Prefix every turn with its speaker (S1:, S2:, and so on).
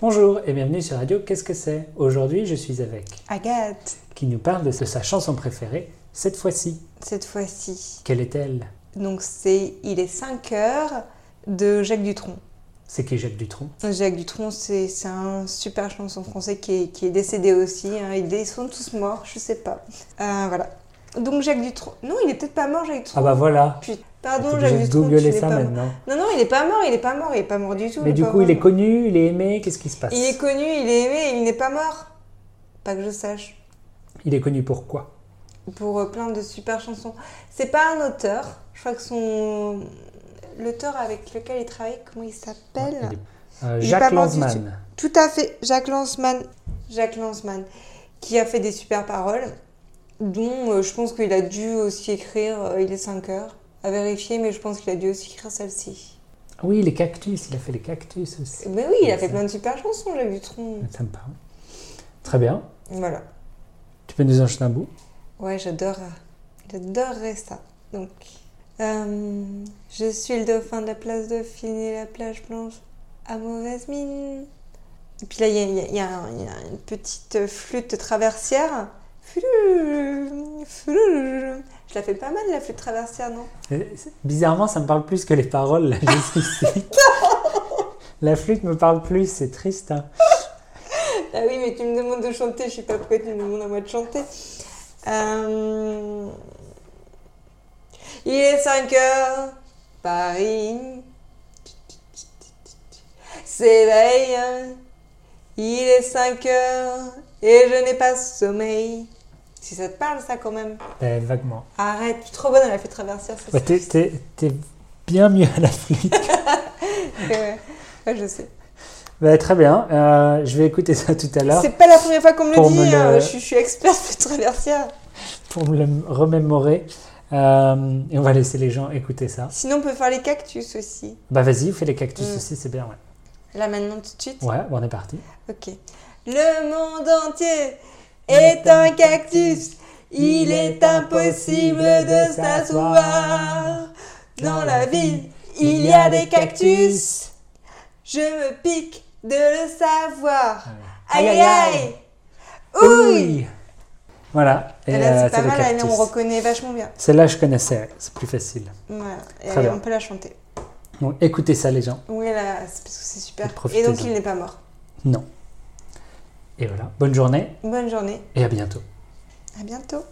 S1: Bonjour et bienvenue sur Radio Qu'est-ce que c'est Aujourd'hui, je suis avec
S2: Agathe,
S1: qui nous parle de sa chanson préférée, cette fois-ci.
S2: cette fois-ci.
S1: Quelle est-elle
S2: Donc c'est Il est 5 heures de Jacques Dutronc.
S1: C'est qui Jacques Dutronc
S2: Jacques Dutronc, c'est c'est un super chanson français qui est, qui est décédé aussi. hein. Ils ils sont tous morts, je sais pas. Euh, voilà. Donc Jacques Dutronc. Non, il est peut-être pas mort, Jacques Dutronc.
S1: Ah bah voilà
S2: Putain,
S1: T'es
S2: Pardon,
S1: obligé
S2: Ah Jacques
S1: de
S2: Dutronc. tu
S1: googler
S2: n'es
S1: ça
S2: pas mort.
S1: maintenant.
S2: Non, non, il est pas mort, il est pas mort, il est pas mort du tout.
S1: Mais
S2: le
S1: du coup,
S2: pauvre.
S1: il est connu, il est aimé, qu'est-ce qui se passe
S2: Il est connu, il est aimé, il n'est pas mort. Pas que je sache.
S1: Il est connu pour quoi
S2: pour euh, plein de super chansons. C'est pas un auteur. Je crois que son l'auteur avec lequel il travaille, comment il s'appelle
S1: Il est- euh,
S2: Il est
S1: Jacques
S2: pas mort du
S1: Lanzmann.
S2: Tout à fait, Jacques Lanzmann. Jacques Lanzmann, qui a fait des super paroles, dont euh, je pense qu'il a dû aussi écrire euh, Il est 5 heures. À vérifier, mais je pense qu'il a dû aussi écrire celle-ci.
S1: Oui, les cactus, il a fait les cactus aussi.
S2: Mais oui, il a fait
S1: Ça.
S2: plein de super chansons, Jacques Dutronc.
S1: Ça me parle. Très bien.
S2: Voilà.
S1: Tu peux nous en jeter un bout
S2: Ouais, j'adore. J'adorerais ça. Donc, euh, je suis le dauphin de la place Dauphine et la plage blanche à mauvaise mine. Et puis là, il y a, il y a- il y a un- il y a une petite flûte traversière. Flû- flû- Je la fais pas mal, la flûte traversière, non
S1: Euh, c'est- Bizarrement, ça me parle plus que les paroles là, jusqu'ici. La flûte me parle plus, c'est triste. hein.
S2: Ah oui, mais tu me demandes de chanter, je sais pas pourquoi tu me demandes à moi de chanter. Euh, Il est 5 heures, Paris s'éveille. Il est 5 heures et je n'ai pas sommeil. Si ça te parle, ça quand même.
S1: Euh, vaguement.
S2: Arrête, tu es trop bonne à la fait traverser, ça
S1: Bah, t'es, t'es- t'es bien mieux à la flûte.
S2: c'est- ouais, ouais, je sais.
S1: Bah, très bien, euh, je vais écouter ça tout à l'heure
S2: C'est pas la première fois qu'on me le
S1: pour me
S2: dit,
S1: le-
S2: hein, je, suis- je suis experte fait traversière.
S1: pour me le remémorer. Euh, et on va laisser les gens écouter ça.
S2: Sinon, on peut faire les cactus aussi.
S1: Bah vas-y, fais les cactus
S2: Mm.
S1: aussi, c'est bien. Ouais,
S2: Là maintenant tout de suite
S1: ouais bon, on est parti.
S2: Ok. Le monde entier est un cactus. Il est impossible de s'asseoir. Dans la ville, il y a des cactus. Je me pique de le savoir. Aïe aïe aïe. Ouille.
S1: Voilà, et,
S2: Et Ah, là,
S1: euh,
S2: c'est pas
S1: les
S2: mal, elle, on
S1: cactus.
S2: reconnaît vachement bien.
S1: Celle-là, je connaissais, c'est plus facile.
S2: Voilà. Et
S1: Très bien.
S2: on peut la chanter.
S1: Donc écoutez ça, les gens.
S2: Oui, là, c'est parce que c'est
S1: Et
S2: super. Et
S1: profitez-en.
S2: donc, il n'est pas mort.
S1: Non. Et voilà, bonne journée
S2: Bonne journée.
S1: et à bientôt.
S2: À bientôt.